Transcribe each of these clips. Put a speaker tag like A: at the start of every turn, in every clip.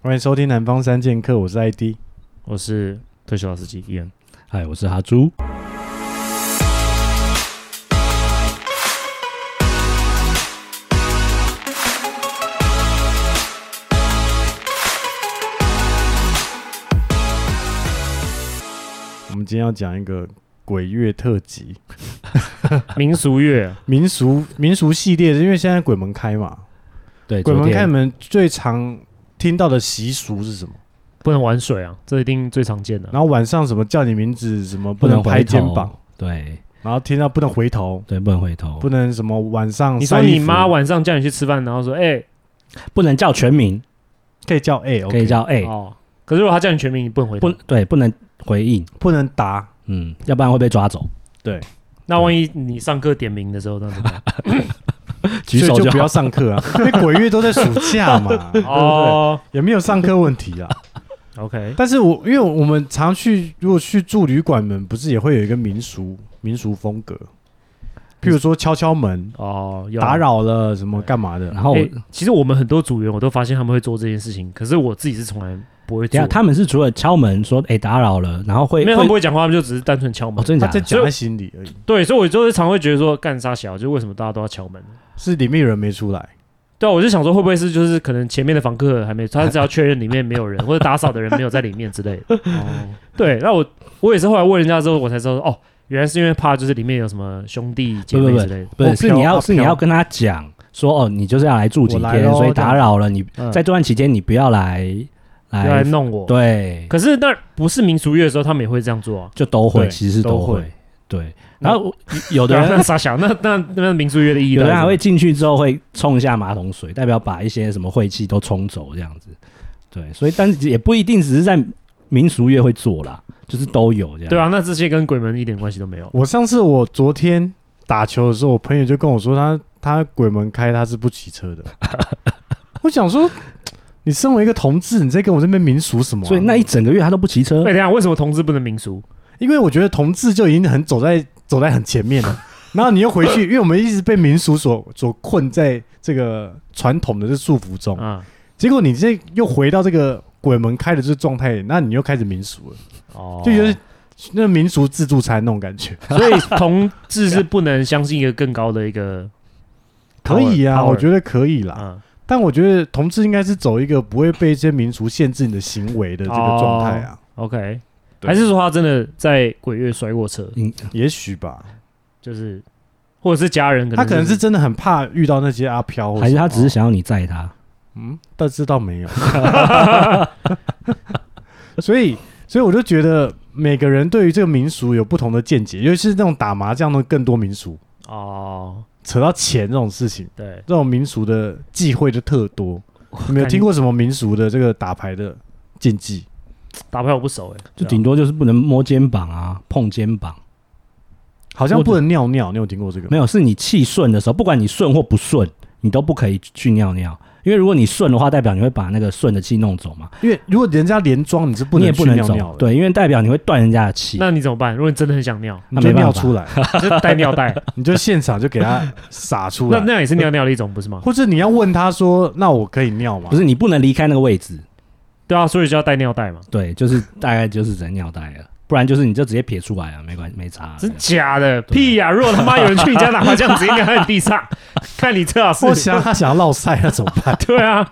A: 欢迎收听《南方三剑客》，我是 ID。
B: 我是退休老司机伊恩。
C: 嗨，我是哈猪。
A: 我们今天要讲一个鬼月特辑，
B: 民俗乐，
A: 民俗民俗系列，因为现在鬼门开嘛，
C: 对，
A: 鬼
C: 昨
A: 门
C: 天
A: 开门最常听到的习俗是什
C: 嗯
A: 么？
B: 不能玩水啊，这一定最常见的。
A: 然后晚上什么叫你名字，什么不
C: 不
A: 能
C: 能
A: 拍
C: 回
A: 肩
C: 头
A: 膀，，
C: 对
A: 然后听到不能回头，
C: 对，不能回头，
A: 不
C: 不
A: 能什么晚上
B: 你说
A: 晒衣
B: 你
A: 服
B: 妈晚上叫你去吃饭，然后说哎、
C: 不能叫全名，
A: 可以叫哎 A，
C: 可以叫 A，
B: 哦，可是如果她叫你全名，你不能回
C: 哎不
B: 头。
C: 对，不能回应，
A: 不能答，
C: 嗯，要不然会被抓走，
B: 那万一你上课点名的 时候，那怎么办？
C: 举手
A: 所以就不
C: 好
A: 要。上课啊，因为鬼月都在暑假 嘛，对不对？
B: 哦
A: 也没有上课问题啊。
B: ，OK，
A: 但是我因为我们常去，如果去住旅馆们，不是也会有一个民俗民俗风格，譬如说敲敲门，
B: 哦，
C: 啊
B: 有
A: 打。扰了什么干嘛的
C: 然，后
B: 哎其实我们很多组员，我都发现他们会做这件事情，可是我自己是从来不会做
C: 等一下。啊他们是除了敲门说哎打扰了，然后会
B: 没有，他们
C: 会
B: 不会讲话，他们就只是单纯敲
C: 哦
B: 门。
C: 真
A: 他
C: 的
A: 在
C: 假的？
A: 讲在心里而已，
B: 对，所以我就是常会觉得说，干啥小，就为什么大家都要敲门？
A: 是里面有人没出来，
B: 对啊，我就想说，会不会是就是可能前面的房客还没，他只要确认里面没有 人，或者打扫的人没有在里面之类的。哦，对，那我我也是后来问人家之后，我才知道说哦，原来是因为怕就是里面有什么兄弟姐妹之类的。
C: 不
A: 我
C: 是是
A: 飘
C: 你要
A: 我
C: 是你
A: 飘
C: 要跟他讲说哦，你就是要来住几
A: 我来
C: 天，
A: 咯
C: 所以
A: 这样
C: 打扰了你，
A: 嗯
C: 在这段期间你不要来
B: 不要来
C: 来
B: 弄我，
C: 哎对，
B: 可是那不是民俗月的时候，他们也会这样做啊。
C: 就都会
A: 对
C: 其实
A: 都
C: 都
A: 会
C: 会对。然后我有的
B: 对啊
C: 人
B: 那傻小，那那那民俗月的意义到
C: 哦有
B: 底是
C: 人
B: 什么，
C: 还会进去之后会冲一下马桶水，代表把一些什么晦气都冲走这样子。对，所以但是也不一定只是在民俗月会做啦，就是都有这样。
B: 对，啊，那这些跟鬼门一点关系都
C: 嗯
B: 没有。
A: 我上次我昨天打球的时候，我朋友就跟我说他他鬼门开他是不骑车 的。我想说，你身为一个同志，你在跟我这边民俗什么啊、
C: 所以那一整个月他都不骑车
B: 哎，，等一下为什么同志不能民俗？
A: 因为我觉得同志就已经很走在走在很前面了。然后你又回去，因为我们一直被民俗所所困在这个传统的这束缚中，
B: 啊，
A: 结果你这又回到这个鬼门开的这状态，那你又开始民俗了，
B: 哦
A: 就有点那个民俗自助餐那种感觉。
B: 所以同 志
C: 啊
B: 是不能相信一个更高的一个 power-
A: 可以啊，
B: power
A: 我觉得可以啦。
B: 啊，
A: 但我觉得同志应该是走一个不会被一些民俗限制你的行为的这个状态
B: 哦
A: 啊，
B: OK，
A: 对
B: 还是说他真的在鬼月摔过车，
C: 嗯，
A: 也许吧。
B: 就是或者是家人可能
A: 他可能是真的很怕遇到那些阿飘或什么，
C: 还是他只是想要你载他？
A: 嗯，但是倒没有。 所以，所以我就觉得每个人对于这个民俗有不同的见解，尤其是那种打麻将的更多民俗，
B: 哦，
A: 扯到钱这种事情，
B: 对，
A: 这种民俗的忌讳就特多。你们有听过什么民俗的这个打牌的禁忌？
B: 打牌我不熟哎，
C: 就顶多就是不能摸肩膀啊，碰肩膀。
A: 好像不能尿尿，你有听过这个吗？
C: 没有，是你气顺的时候，不管你顺或不顺，你都不可以去尿尿，因为如果你顺的话，代表你会把那个顺的气弄走嘛，
A: 因为如果人家连庄，你是不
C: 你
A: 能
C: 也
A: 去
C: 不能
A: 尿
C: 走。
A: 尿的，
C: 对，因为代表你会断人家的气。
B: 那你怎么办？如果你真的很想尿，
A: 你就
C: 那没办
A: 尿
C: 法
A: 出来，
B: 就带尿 袋，
A: 你就现场就给他撒出
B: 那
A: 来。
B: 那样也是尿尿的一种，不是吗？
A: 或者你要问他说：“那我可以尿吗
C: 不？”是你不能离开那个位置，
B: 对啊，所以就要带尿袋嘛，
C: 对，就是大概就是只能尿袋了，不然就是你就直接撇出来啊，没关系，没差、
B: 真假的屁呀！如果他妈有人去你家打麻将，直接尿在你地上， 看你这
A: 我
B: 是，
A: 想他想要落塞，那怎么办？
B: 对啊，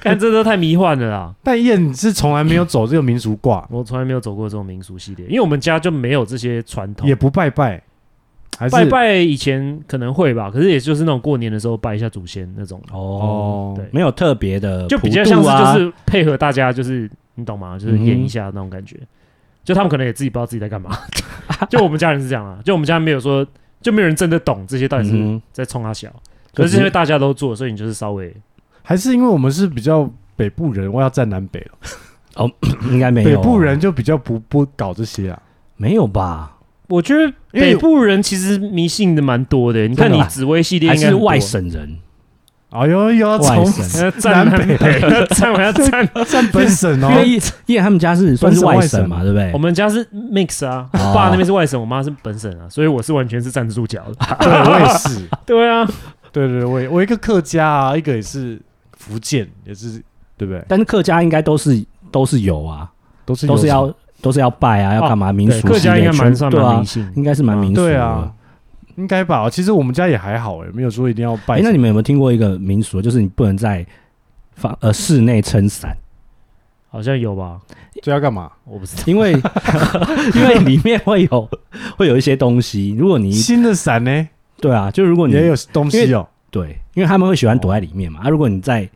B: 看这都太迷幻了啦。
A: 但燕你是从来没有走这个民俗 卦，
B: 我从来没有走过这种民俗系列，因为我们家就没有这些传统
A: 也。不拜拜，还是
B: 拜拜以前可能会吧，可是也就是那种过年的时候拜一下祖先那种，
C: 哦，
A: 哦，
B: 对
C: 没有特别的、啊
B: 就比较像是
C: 嗯
B: 就是配合大家，就是你懂吗？就是演一下那种感觉。就他们可能也自己不知道自己在干嘛。 就我们家人是这样啊，就我们家没有说，就没有人真的懂这些到底是
C: 嗯
B: 在冲他小。可
C: 就只
B: 是因为大家都做，所以你就是稍微
A: 还是因为我们是比较北部人，我要站南北了，
C: 应该没
A: 北
C: 有啊
A: 部人就比较不不搞这些啊。
C: 没有吧？
B: 我觉得
A: 因为
B: 北部人其实迷信的蛮多的。你看
C: 真的
B: 你
C: 吗
B: 紫薇系列
C: 还
B: 应该
C: 是
B: 很多
C: 外，省人？
A: 哎呦，又要从
C: 外省
B: 呃
A: 南
B: 占南
A: 北
B: 北，占我要占。
A: 占 本省
C: 因
A: 哦，
C: 为叶叶他们家是算
A: 本
C: 是
A: 省
C: 外
A: 外省
C: 省嘛，对不对？
B: 我们家是 mix 啊，我
C: 哦
B: 爸那边是外省，我妈是本省啊，所以我是完全是站得住脚的。
A: 对我也是，
B: 对啊，
A: 对对对，我也我一个客家啊，一个也是福建，也是对不对？
C: 但是客家应该都是都是有啊，
A: 都是
C: 都是
A: 有
C: 要都是要拜啊，要干嘛？民
B: 哦对，
C: 俗
B: 客
C: 系列
B: 家应该
C: 全
B: 蛮嗯算
C: 对
B: 蛮
C: 啊
B: 迷，信。
C: 应该是蛮民俗的。
A: 对啊，应该吧？其实我们家也还好哎、没有说一定要拜
C: 哎、
A: 什么。
C: 那你们有没有听过一个民俗，就是你不能在房呃室内撑伞，
B: 好像有吧，
A: 这要干嘛？
B: 我不知道。
C: 因为 因为里面会有 会有一些东西。如果你
A: 新的伞呢
C: 对啊，就如果你
A: 也有东西哦、
C: 对，因为他们会喜欢躲在里面嘛。啊，如果你在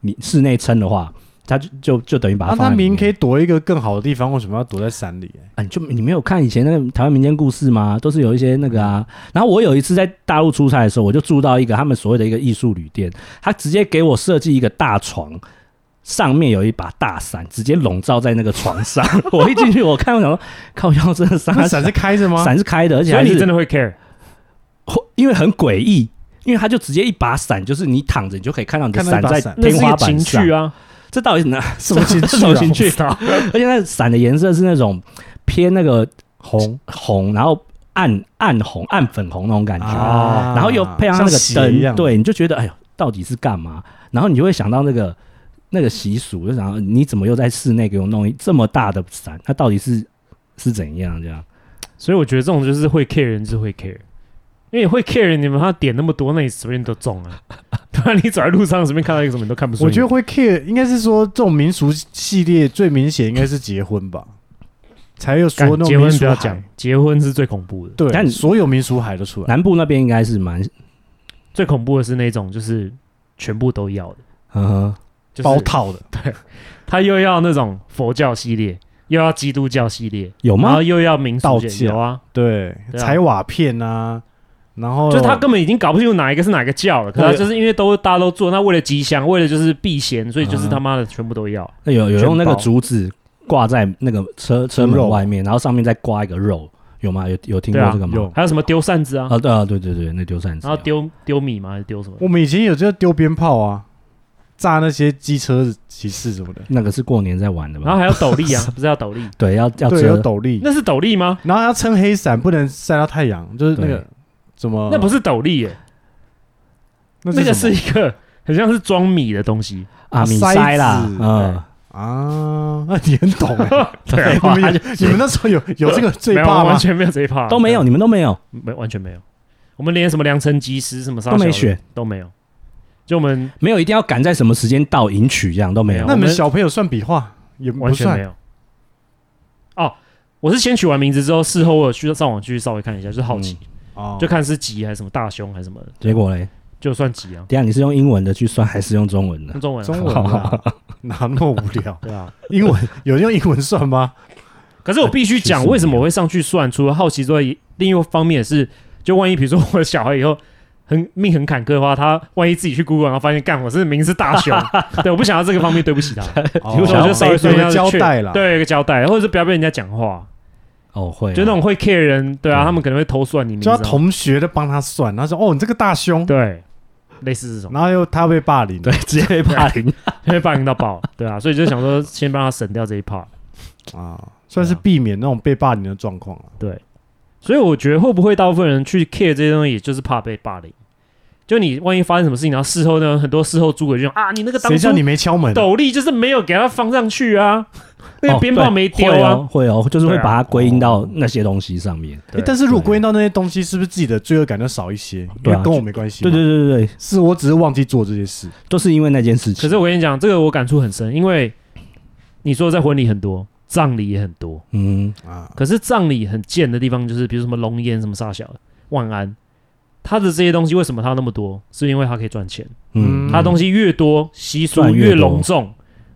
C: 你室内撑的话，他就就就等于把
A: 啊
C: 它，
A: 那
C: 放在里
A: 明
C: 面。
A: 明可以躲一个更好的地方，为什么要躲在伞里、
C: 啊，你就你没有看以前那个台湾民间故事吗？都是有一些那个啊。
A: 嗯
C: 然后我有一次在大陆出差的时候，我就住到一个他们所谓的一个艺术旅店，他直接给我设计一个大床，上面有一把大伞，直接笼罩在那个床上。 我一进去，我看我想说，靠腰真的
A: 那
C: 伞
A: 伞是开着吗？
C: 伞是开的，而且
B: 所
C: 还
B: 以你
C: 是
B: 真的会 care？
C: 因为很诡异。因为他就直接一把伞，就是你躺着，你就可以看到你的
A: 看到
C: 伞
A: 一把
C: 在
A: 伞
B: 那
C: 天
B: 是一
C: 花
B: 个
C: 板
B: 情
C: 上
B: 趣。 啊，
C: 这到底是哪
A: 什么情趣啊
C: 什么情趣
B: 我不知道
C: 而且那伞的颜色是那种偏那个
A: 红
C: 红，然后暗暗红、暗粉红那种感觉，
B: 啊
C: 然后又配上那个
A: 像血一
C: 灯，
A: 样
C: 对，你就觉得哎呦，到底是干嘛？然后你就会想到那个那个习俗，就想到啊你怎么又在室内给我弄一这么大的伞？它到底是是怎样这样？
B: 所以我觉得这种就是会 care 人，就是会 care。因为会 care 你们，他点那么多，那你随便都中啊。对啊，你走在路上随便看到一个什么你都看不顺
A: 我觉
B: 眼。
A: 得会 care，应该是说这种民俗系列最明显应该是结婚吧，才有说
B: 干
A: 那种
B: 结
A: 民
B: 婚
A: 俗
B: 不要
A: 海
B: 讲，结婚是最恐怖的。
A: 对，
C: 但你
A: 所有民俗海都出来。
C: 南部那边应该是蛮，
B: 最恐怖的是那种就是全部都要的，
C: 呵
A: 嗯
C: 呵，
B: 就是
A: 包套的，
B: 他又要那种佛教系列，又要基督教系列，
C: 有
B: 然
C: 吗
B: 后？又要民
A: 道
B: 俗
A: 教
B: 系列有啊，
A: 对，
B: 对啊
A: 踩瓦片啊，然后
B: 就他
C: 哦
B: 根本已经搞不清楚哪一个是哪个教了，可
A: 我
B: 他
A: 有
B: 就是因为都大家都做，那为了吉祥，为了就是避嫌，所以就是
C: 嗯
B: 他妈的全部都要。
C: 那有有用那个
A: 全包
C: 竹子挂在那个车车
A: 猪肉
C: 门外面，然后上面再挂一个肉，有吗？有有听
B: 对
C: 过
B: 啊
C: 这个吗？
A: 有。
B: 还有什么丢扇子啊，
C: 啊，对啊，对对对，那丢啊扇子
B: 然后
C: 有
B: 丢丢米吗？还是丢什么？
A: 我
C: 嗯
A: 们以前有就丢鞭炮啊，炸那些机车骑士什么的，
C: 那个是过年在玩的
B: 然后
C: 吧？
B: 还有斗笠 啊，不是要斗笠？
C: 对，要要
A: 对，有
C: 遮，
A: 斗笠，
B: 那是斗笠吗？
A: 然后要撑黑伞，不能晒到太阳，就是那个
C: 对
A: 怎
C: 嗯
A: 么？
B: 那不是斗笠耶，
A: 那
B: 那
A: 什
B: 个是
A: 么
B: 一个很像是装米的东 西。
C: 啊，米
A: 塞
C: 塞啦
A: 子，
C: 嗯，
A: 啊，那你很懂哎、
B: 对啊，
A: 你们有你们那时候有有这个最
B: 没有
A: 怕
B: 完
A: 吗？
B: 全没有这一趴，
C: 都没有，你们都没有，
B: 没完全没有，我们连什么良辰吉时什么啥
C: 都没
B: 小的
C: 选
B: 都没有，就我们
C: 没有一定要赶在什么时间到迎娶这样都没有
B: 没
A: 那
B: 有。
A: 你
B: 我
A: 们
B: 们
A: 小朋友算笔画也不
B: 完全没
A: 算，
B: 有。哦，我是先取完名字之后，事后我有去上网去稍微看一下，就是好奇，
A: 哦
B: 就看是吉还是什么大凶还是什么的，
C: 结果嘞，
B: 就算吉啊，
C: 等一下你是用英文的去算还是用中文的
B: 用？中文啊、
A: 中文啊，哪那么无聊？
B: 对啊。
A: 英文有人用英文算吗？
B: 可是我必须讲，
C: 其实
B: 为什么我会上去算？除了好奇之外，另一方面也是，就万一比如说我的小孩以后很命很坎坷的话，他万一自己去 Google 然后发现，干我是名是大凶，对，我不想要这个方面对不起他，
A: 哦
B: 所以我就稍微说一
A: 有
B: 下
A: 个交
B: 确
A: 代啦。，
B: 对，有个交代，或者是不要被人家讲话，
C: 哦，会啊，
B: 就那种会 care 人，对啊，
C: 对
B: 他们可能会偷算你名字
A: 就
B: 啊，
A: 他同学的帮他算，他说：“哦，你这个大胸。
B: 对，类似这”种。
A: 然后又他被霸凌，
C: 对，直接被霸凌。
B: 因为霸凌到爆，对啊，所以就想说先帮他省掉这一 part。
A: 啊，算是避免那种被霸凌的状况啊了。
B: 所以我觉得会不会大部分人去 care 这些东西，也就是怕被霸凌。就你万一发生什么事情，然后事后呢，很多事后诸葛亮啊，你那个当
A: 谁叫
B: 初
A: 你没敲门？
B: 斗笠就是没有给他放上去 啊，那个
C: 哦
B: 鞭炮
C: 对
B: 没丢
C: 会
B: 啊啊
C: 哦，，会哦，就是会
B: 对啊
C: 把它归因到那些东西上面。
A: 诶但是如果
C: 对
A: 归因到那些东西，是不是自己的罪恶感就少一些？因
C: 对
A: 为
C: 啊
A: 跟我没关系嘛。
C: 对对对对对，
A: 是我只是忘记做这些事。
C: 都是因为那件事情。
B: 可是我跟你讲，这个我感触很深，因为你说在婚礼很多，葬礼也很多，
C: 嗯，
A: 啊，
B: 可是葬礼很贱的地方就是，比如什么龙岩什么啥小的，万安，他的这些东西为什么他那么多？是因为他可以赚钱。
A: 嗯
C: 嗯嗯，
B: 他东西越多，习俗
C: 赚越
B: 越
C: 多
B: 隆重，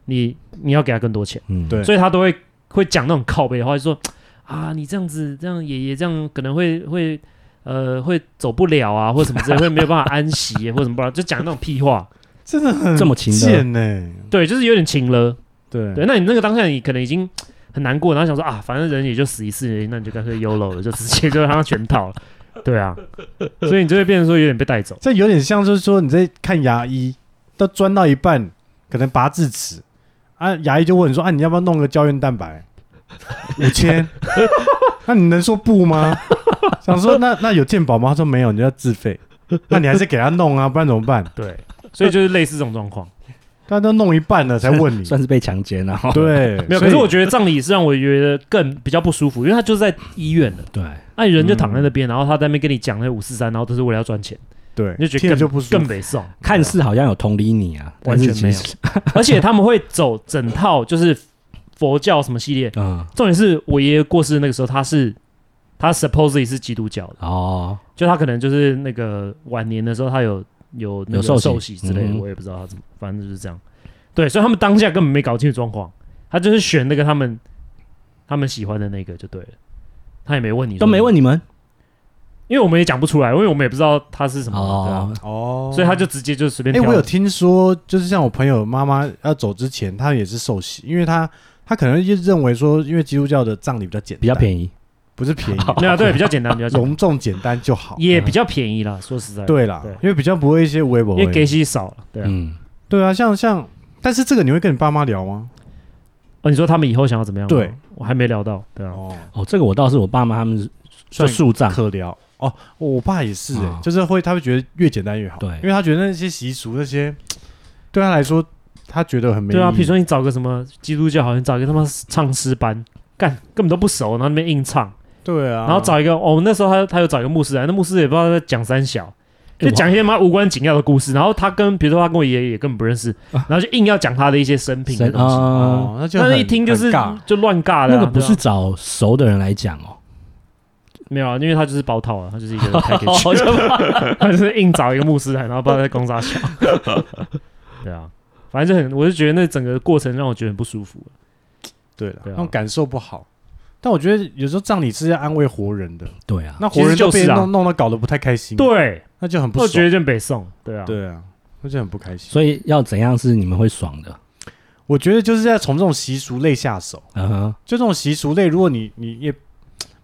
B: 你你要给他更多钱，
C: 嗯
A: 对
B: 所以他都会会讲那种靠背的话，就说啊，你这样子，这样爷爷这样可能会会呃会走不了啊，或者什么之类，会没有办法安息，啊或者什么不知道，就讲那种屁话。
A: 真的很
C: 这么勤的
A: 贱呢、欸
B: 对，就是有点情了。
A: 嗯对
B: 对，那你那个当下你可能已经很难过，然后想说啊，反正人也就死一次而已，那你就干脆 YOLO 了，就直接就让他全套了。对啊，所以你就会变成说有点被带走。
A: 这有点像就是说你在看牙医，都钻到一半，可能拔智齿啊，牙医就问你说啊，你要不要弄个胶原蛋白？五千， 那你能说不吗？想说那那有健保吗？他说没有，你就要自费。那你还是给他弄啊，不然怎么办？
B: 对，所以就是类似这种状况。
A: 但都弄一半了才问你，
C: 算是被强奸了、啊。
A: 对，
B: 没有，
A: 所
B: 可
A: 以
B: 是我觉得葬礼是让我觉得更比较不舒服，因为他就是在医院的，
C: 对，
B: 那、人就躺在那边，然后他在那边跟你讲那五四三，然后都是为了要赚钱，
A: 对，
B: 你就觉
A: 嗯听
B: 得
A: 了就
B: 更
A: 不舒
B: 更
A: 服，啊
B: 没送。
C: 看似好像有同理你啊，
B: 完全没有而且他们会走整套就是佛教什么系列，
C: 有。 嗯，
B: 重点是我爷爷过世的那个时候，他是他 supposedly 是基督教的，
C: 哦，
B: 就他可能就是那个晚年的时候，他有有那个
C: 有受洗
B: 受洗之类
C: 嗯
B: 的，
C: 哼
B: 我也不知道他怎么，反正就是这样。对，所以他们当下根本没搞清楚状况，他就是选那个他们他们喜欢的那个就对了，他也没问你
C: 都没问
B: 你，
C: 你们
B: 因为我们也讲不出来，因为我们也不知道他是什么，对啊
A: 哦，
C: 哦，
B: 所以他就直接就随便
A: 哎、
B: 挑。
A: 我有听说，就是像我朋友妈妈要走之前，她也是受洗，因为她她可能就认为说，因为基督教的葬礼比较简单，
C: 比较便宜，
A: 不是便宜，
B: 没有啊对比较简单，比较简单
A: 隆重简单就好。
B: 也比较便宜啦，说实在的，
A: 对啦，
B: 对
A: 因为比较不会一些微博，
B: 因为给息少了，对啊。
C: 嗯，
A: 对啊，像像，但是这个你会跟你爸妈聊吗？
B: 哦，你说他们以后想要怎么样？
A: 对，
B: 我还没聊到，对啊。
A: 哦，
C: 哦，这个我倒是我爸妈他们算
A: 算
C: 树葬，
A: 可聊哦。我爸也是、欸，
B: 哦
C: 啊
A: 就是会他会觉得越简单越好，
C: 对
A: 因为他觉得那些习俗那些对他来说，他觉得很没
B: 对啊，
A: 意义
B: 比如说你找个什么基督教，好像找一个他妈唱诗班，干根本都不熟，然后那边硬唱，
A: 对啊，
B: 然后找一个哦，那时候他他有找一个牧师来，那牧师也不知道在讲三小，
C: 哎
B: 就讲一些妈无关紧要的故事，然后他跟比如说他跟我爷爷也根本不认识，然后就硬要讲他的一些生平的
C: 神
B: 东西，
C: 啊，
A: 哦，那就
B: 但
A: 很
B: 是一听就是
A: 很尬
B: 就乱尬的啊，
C: 那个不
B: 对啊
C: 是找熟的人来讲哦，
B: 没有啊，因为他就是包套啊，他就是一个 package，他 就是硬找一个牧师来，然后不知道在攻啥小。对啊，反正就很，我就觉得那整个过程让我觉得很不舒服。
A: 对了，
B: 对
A: 那
B: 啊
A: 种感受不好。但我觉得有时候葬礼是要安慰活人的，
C: 对啊，
A: 那活人
B: 其实就
A: 就被
B: 是啊
A: 弄弄得搞得不太开心，，
B: 对，
A: 那就很不
B: 我觉
A: 爽。啊
B: 得就北宋。对啊，
A: 对啊，那就很不开心。
C: 所以要怎样是你们会爽的？
A: 我觉得就是要从这种习俗类下手，
C: 嗯哼，
A: 就这种习俗类，如果你你也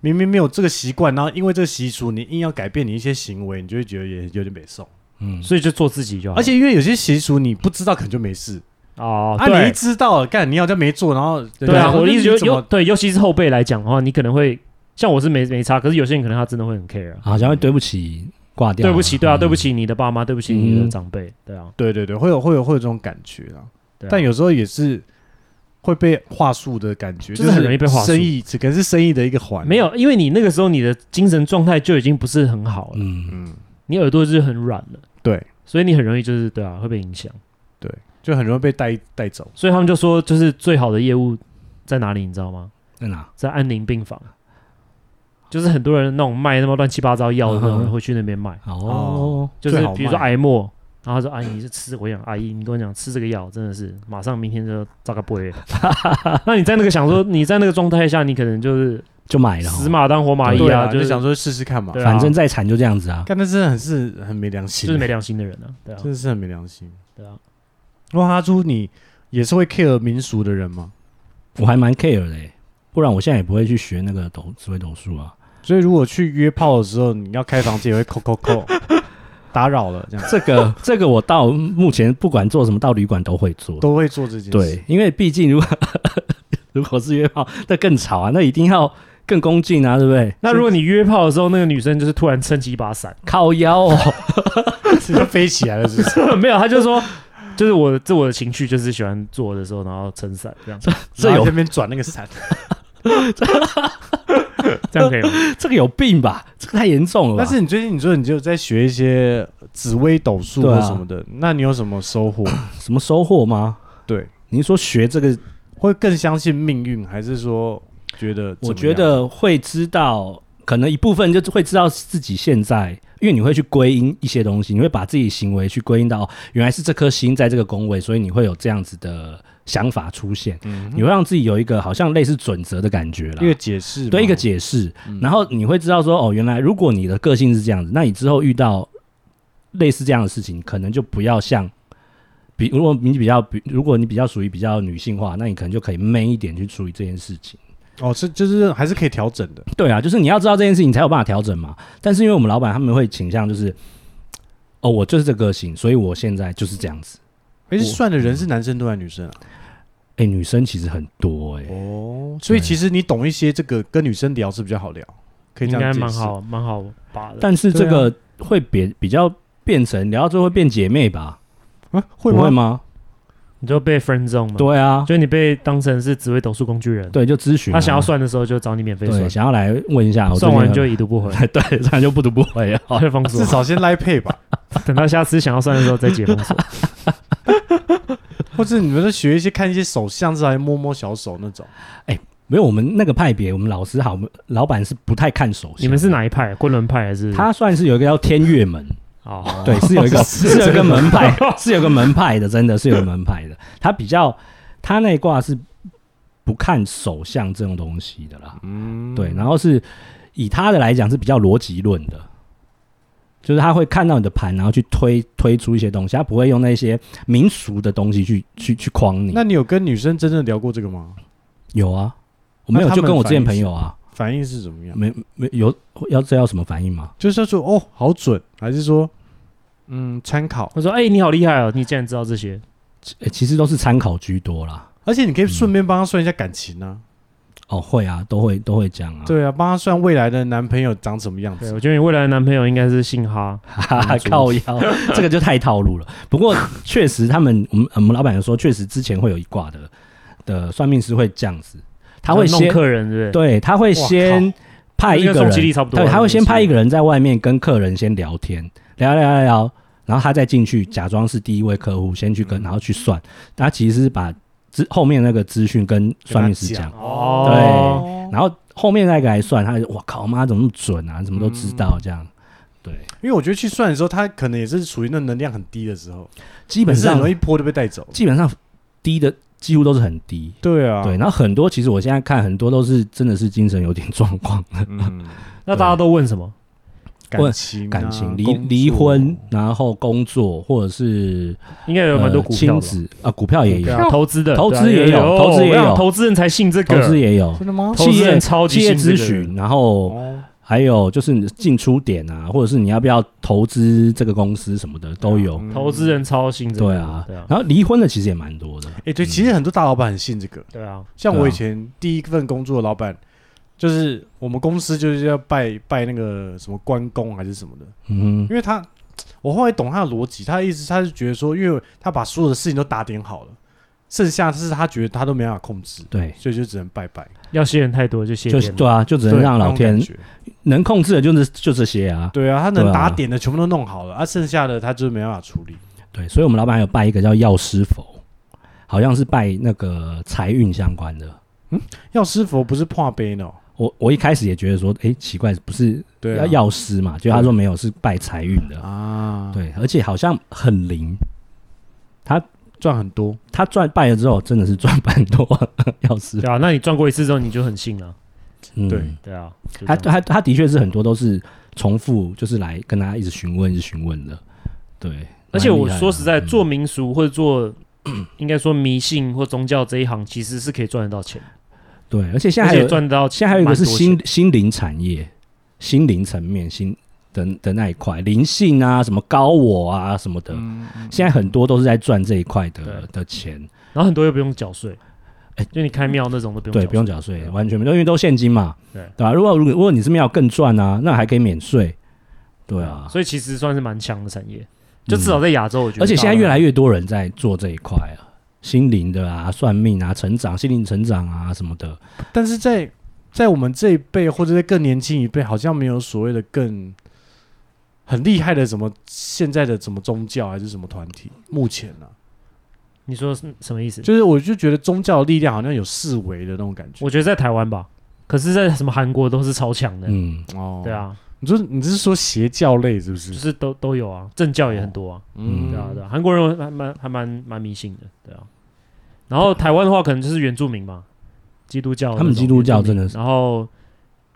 A: 明明没有这个习惯，然后因为这个习俗你硬要改变你一些行为，你就会觉得也有点北宋。
C: 嗯，
B: 所以就做自己就好。
A: 而且因为有些习俗你不知道，可能就没事。
B: 哦，
A: 啊，你一
B: 对
A: 知道了，干你好像没做，然后人家
B: 对啊，
A: 说
B: 我的意思
A: 那
B: 就
A: 你
B: 是
A: 怎
B: 尤
A: 么
B: 对，尤其是后辈来讲的话，你可能会像我是没没差，可是有些人可能他真的会很 care 啊。
C: 好像会对不起挂掉，
B: 对不起，对啊，
C: 嗯
B: 对不，起你的爸妈，对不起你的
C: 嗯
B: 长辈，对啊。
A: 对对对，会有会有会有这种感觉啊。
B: 对啊
A: 但有时候也是会被话术的感觉，
B: 就是
A: 是
B: 很容易被话术
A: 生意只可能是生意的一个环，
B: 没，有，因为你那个时候你的精神状态就已经不是很好了，
C: 嗯，
A: 嗯，
B: 你耳朵就是很软了。
A: 对，
B: 所以你很容易就是对啊，会被影响。
A: 就很容易被带带走。
B: 所以他们就说，就是最好的业务在哪里，你知道吗？
C: 在哪？
B: 在安宁病房，就是很多人那种卖那么乱七八糟药的那种
C: 嗯
B: 人
C: 哼
B: 会去那边卖，
C: 哦，
B: 就是
A: 最好卖
B: 比如说癌末。然后他说：“阿姨，是吃我讲，阿姨，你跟我讲吃这个药真的是马上明天就糟个 不会。那你在那个想说，你在那个状态下，你可能就是
C: 就买了哦，
B: 死马当活马医
A: 对
B: 啊，
A: 啊，
B: 就
A: 就是想说试试看嘛
B: 对。啊
C: 反正再惨就这样子啊，
A: 但那真的很是很没良心，
B: 就是没，良心的人啊，对啊，
A: 真的是很没良心。
B: 对啊。
A: 哇，阿朱，你也是会 care 民俗的人吗？
C: 我还蛮 care 的欸，不然我现在也不会去学那个抖紫微斗数啊。
A: 所以如果去约炮的时候，你要开房间也会扣扣扣 打扰了，这样
C: 这个 这个我到目前不管做什么，到旅馆都会做。
A: 都会做这件事。
C: 对，因为毕竟如果 如果是约炮，那更吵啊，那一定要更恭敬啊，对不对？
B: 那如果你约炮的时候，那个女生就是突然撑起一 把伞，
C: 靠腰哦，
A: 是就飞起来了，是不是？
B: 没有，他就说，就是我这我的情绪就是喜欢做的时候，然后撑伞 这样，
C: 这
A: 然后
C: 有
A: 这边转那个伞，
B: 这样可以吗？
C: 这个有病吧？这个太严重了吧。
A: 但是你最近你说你就在学一些紫微斗数
C: 对啊
A: 或什么的，那你有什么收 获？
C: 什么收获吗？
A: 对，
C: 您说学这个，
A: 会更相信命运，还是说觉得怎么样？
C: 我觉得会知道，可能一部分就会知道自己现在，因为你会去归因一些东西，你会把自己行为去归因到，哦原来是这颗心在这个宫位，所以你会有这样子的想法出现，
A: 嗯
C: 你会让自己有一个好像类似准则的感觉啦。
A: 一个解释嘛，
C: 对一个解释，
A: 啊嗯
C: 然后你会知道说，哦，原来如果你的个性是这样子，那你之后遇到类似这样的事情，可能就不要像，比如果你比较，比如果你比较属于比较女性化，那你可能就可以 man 一点去处理这件事情。
A: 哦，是就是还是可以调整的，
C: 对啊，就是你要知道这件事情，你才有办法调整嘛。但是因为我们老板他们会倾向就是，哦，我就是这个性，所以我现在就是这样子。
A: 而且
C: 我
A: 算的人是男生多还是女生啊？
C: 哎，女生其实很多哎、
A: 哦，所以其实你懂一些这个，跟女生聊是比较好聊，可以
B: 应
A: 这样
B: 该
A: 解
B: 蛮
A: 释。
B: 好，蛮好把的。
C: 但是这
A: 对啊
C: 个会比比较变成聊到最后会变姐妹吧？
A: 啊，会
C: 不
A: 吗？
C: 会吗？
B: 你就被 friend zone 嘛，，
C: 对啊，
B: 就你被当成是紫微斗数工具人，
C: 对，就咨询啊、
B: 他想要算的时候就找你免费
A: 啊
C: 对，
B: 算，
C: 想要来问一下，我
B: 算完
C: 最
B: 就
C: 近
B: 已读不回，
C: 哦 对，这样就不读不回啊。
B: 好，就封锁
A: 至。少先来配 吧，
B: 等到下次想要算的时候再解封锁。
C: 啊
A: 或者你们就学一些看一些手相，至少还摸摸小手那种。
C: 没有，我们那个派别，我们老师好，我们老板是不太看手相。
B: 你们是？哪一派？昆仑派还是？
C: 他算是有一个叫天月门，
B: 哦，
C: 对，是有一个是有一个门派， 是有个门派的，真的是有个门派的。他比较，他那一卦是不看手相这种东西的啦。
A: 嗯，
C: 对，然后是以他的来讲是比较逻辑论的，就是他会看到你的盘，然后去推推出一些东西，他不会用那些民俗的东西去去去框你。
A: 那你有跟女生真正聊过这个吗？
C: 有啊，我没有
A: 那他
C: 就
A: 们
C: 跟我之前
A: 反
C: 朋
A: 应是
C: 友啊，
A: 反应是怎么样？
C: 没没有要这要什么反应吗？
A: 就是说哦，好准，还是说嗯参考？
B: 我说，哎，你好厉害哦，你竟然知道这些。
C: 诶其实都是参考居多啦。
A: 而且你可以顺便帮他算一下感情啊，
C: 哦，会啊，都会都会讲啊。
A: 对啊，帮他算未来的男朋友长什么样
B: 对，
A: 子。
B: 我觉得你未来的男朋友应该是姓哈，
C: 哈哈，啊靠腰，这个就太套路了。不过确实，他们我们呃我们老板有说，确实之前会有一卦的的算命师会这样子，他会
B: 呃弄
C: 先
B: 客人，对不对？
C: 对，他会
A: 哇
C: 先派一
B: 那
C: 个
B: 跟宋吉利
C: 人，
B: 差不多啊。
C: 对，他会先派一
B: 个
C: 个人在外面跟客人先聊天，聊聊聊聊，然后他再进去假装是第一位客户，先去跟，然后去算，他其实是把资后面那个资讯跟算命师
A: 跟他
C: 讲，
B: 哦，
C: 然后后面那个来算，他就哇靠妈怎么那么准啊，怎么都知道这样，对，
A: 因为我觉得去算的时候，他可能也是处于那能量很低的时候，
C: 基
A: 基
C: 本
A: 很
C: 上
A: 容易波就被带走。
C: 基本上低的几乎都是很低。
A: 对啊，
C: 对，，然后很多其实我现在看很多都是真的是精神有点状况，
A: 嗯，
B: 那大家都问什么？
A: 感情啊、
C: 感情离
A: 工作
C: 离婚，然后工作或者是
B: 应该有蛮多股票吧
C: 呃亲子啊，股票也
B: 对
C: 有，
B: 啊投资的，
C: 投资
B: 对啊
C: 也有投资也有
B: 我想投资人才信这
C: 投
B: 个，
C: 资也有，
A: 真的吗？
B: 投资人超级
C: 企业
B: 信这
C: 咨
B: 个
C: 询，然后
A: 哦，
C: 还有就是你的进出点啊，或者是你要不要投资这个公司什么的都有。
A: 嗯
B: 投资。人超信啊这个，
C: 对啊
B: 对啊，，
C: 然后离婚的其实也蛮多的，
A: 哎，对，其实很多大老板很信这个，
B: 对啊，
A: 像
C: 对啊
A: 我以前第一份工作的老板，就是我们公司就是要拜拜那个什么关公还是什么的，
C: 嗯哼，
A: 因为他，我后来懂他的逻辑，他的意思他是觉得说，因为他把所有的事情都打点好了，剩下是他觉得他都没办法控制，
C: 对，
A: 所以就只能拜拜，
B: 要谢人太多就谢
C: 就是
B: 天了，
C: 对啊，就只能
A: 对
C: 让老
A: 那
C: 天
A: 种感觉
C: 能控制的，就是就这些啊，
A: 对啊，他能
C: 对啊
A: 打点的全部都弄好了，啊，剩下的他就是没办法处理。
C: 对，所以我们老板还有拜一个叫药师佛，好像是拜那个财运相关的。
A: 药师佛不是破杯呢，
C: 我我一开始也觉得说，哎，奇怪，不是
A: 对啊
C: 要药师嘛？就他说没有，是拜财运的。
A: 啊，
C: 对，而且好像很灵，他
A: 赚很多，
C: 他赚败了之后，真的是赚蛮多， 要是
B: 对啊，那你赚过一次之后你就很信了，
C: 嗯
A: 对，
B: 对啊，就
C: 他
B: 这样
C: 他他的确是很多都是重复，就是来跟他一直询问，一直询问的，对。
B: 而且
C: 蛮厉
B: 我
C: 害的
B: 说实在，
C: 嗯
B: 做民俗或者做应该说迷信或宗教这一行，其实是可以赚得到钱，
C: 对，而且现
B: 而
C: 在还
B: 且
C: 有
B: 赚得到，
C: 现在还有一个是心，心灵产业，心灵层面心的的那一块，灵性啊，什么高我啊什么的，
B: 嗯
C: 现在很多都是在赚这一块的的钱，
B: 然后很多又不用缴税
C: 哎，
B: 就你开庙那种都不用
C: 对，
B: 缴
C: 不用
B: 税，
C: 缴税
B: 对，啊
C: 完全没有，因为都现金嘛，
B: 对
C: 吧？如果如果如果你是庙更赚啊，那还可以免税，对啊，嗯
B: 所以其实算是蛮强的产业，就至少在亚洲，我觉得，
C: 而且现在越来
B: 越
C: 越多人在做这一块啊。心灵的啊，算命啊，成长，心灵成长啊，什么的，
A: 但是在在我们这一辈或者在更年轻一辈，好像没有所谓的更很厉害的什么现在的什么宗教还是什么团体，目前呢、啊，
B: 你说是什么意思？
A: 就是我就觉得宗教的力量好像有四维的那种感觉
B: 我。觉得在台湾吧，可是，在什么韩国都是超强的，
C: 嗯，
A: 哦
B: 对，啊，
A: 你说你是说邪教类是不？
B: 就是是都都有啊，政教也很多啊，
C: 嗯
B: 对啊对啊，韩国人还蛮还蛮蛮迷信的，对啊。然后台湾的话，可能就是原住民嘛，基督教那种，
C: 啊他们基督教
B: 原住民
C: 真的是
B: 然后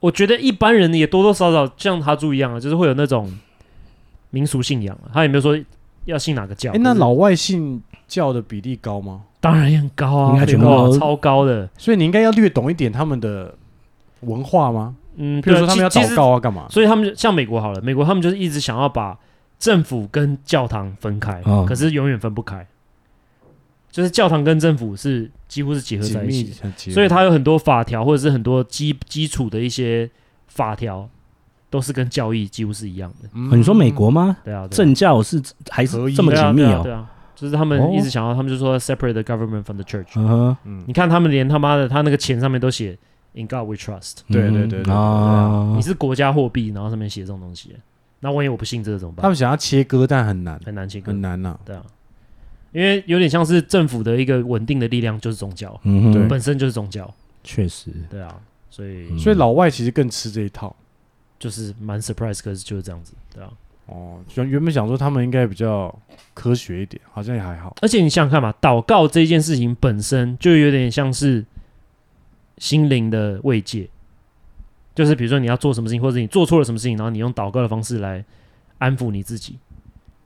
B: 我觉得一般人也多多少少像他猪一样啊，就是会有那种民俗信仰啊，他也没有说要信哪个教。
A: 哎、那
B: 可是
A: 老外信教的比例高吗？
B: 当然也很高啊，
C: 应该全部
B: 哇
C: 都
B: 超高的。
A: 所以你应该要略懂一点他们的文化吗？
B: 嗯，
A: 比如
B: 对啊
A: 说他们要
B: 其其
A: 祷
B: 实
A: 告啊，干嘛？
B: 所以他们就像美国好了，美国他们就是一直想要把政府跟教堂分开，
C: 哦
B: 可是永远分不开，就是教堂跟政府是几乎是结合
A: 紧
B: 在一
A: 密
B: 起，
A: 很结合，
B: 所以它有很多法条或者是很多基基础的一些法条都是跟教义几乎是一样的，
A: 嗯
C: 哦你说美国吗？
B: 对啊，对啊
C: 政教是还是这么
B: 对啊
C: 紧密
B: 对啊
C: 哦
B: 对，啊，就是他们
C: 哦
B: 一直想要，他们就说 separate the government from the church。
C: 嗯哼，
A: 嗯
B: 你看他们连他妈的他那个钱上面都写 In God We Trust，
A: 对
C: 嗯
A: 对对对
C: 啊
B: 你，是国家货币，然后上面写这种东西，那万一我不信这个怎么
A: 他
B: 办？
A: 们想要切割，但很难，
B: 很难切割
A: 很，难呐。
B: 对啊，因为有点像是政府的一个稳定的力量就是宗教，
C: 嗯哼，
A: 对
B: 本身就是宗教，
C: 确实，
B: 对啊，所以
C: 嗯
A: 所以老外其实更吃这一套。
B: 就是蛮 surprise，可是就是这样子，对啊。
A: 哦，原原本想说他们应该比较科学一点，好像也还好。
B: 而且你想想看嘛，祷告这件事情本身就有点像是心灵的慰藉，就是比如说你要做什么事情，或者你做错了什么事情，然后你用祷告的方式来安抚你自己，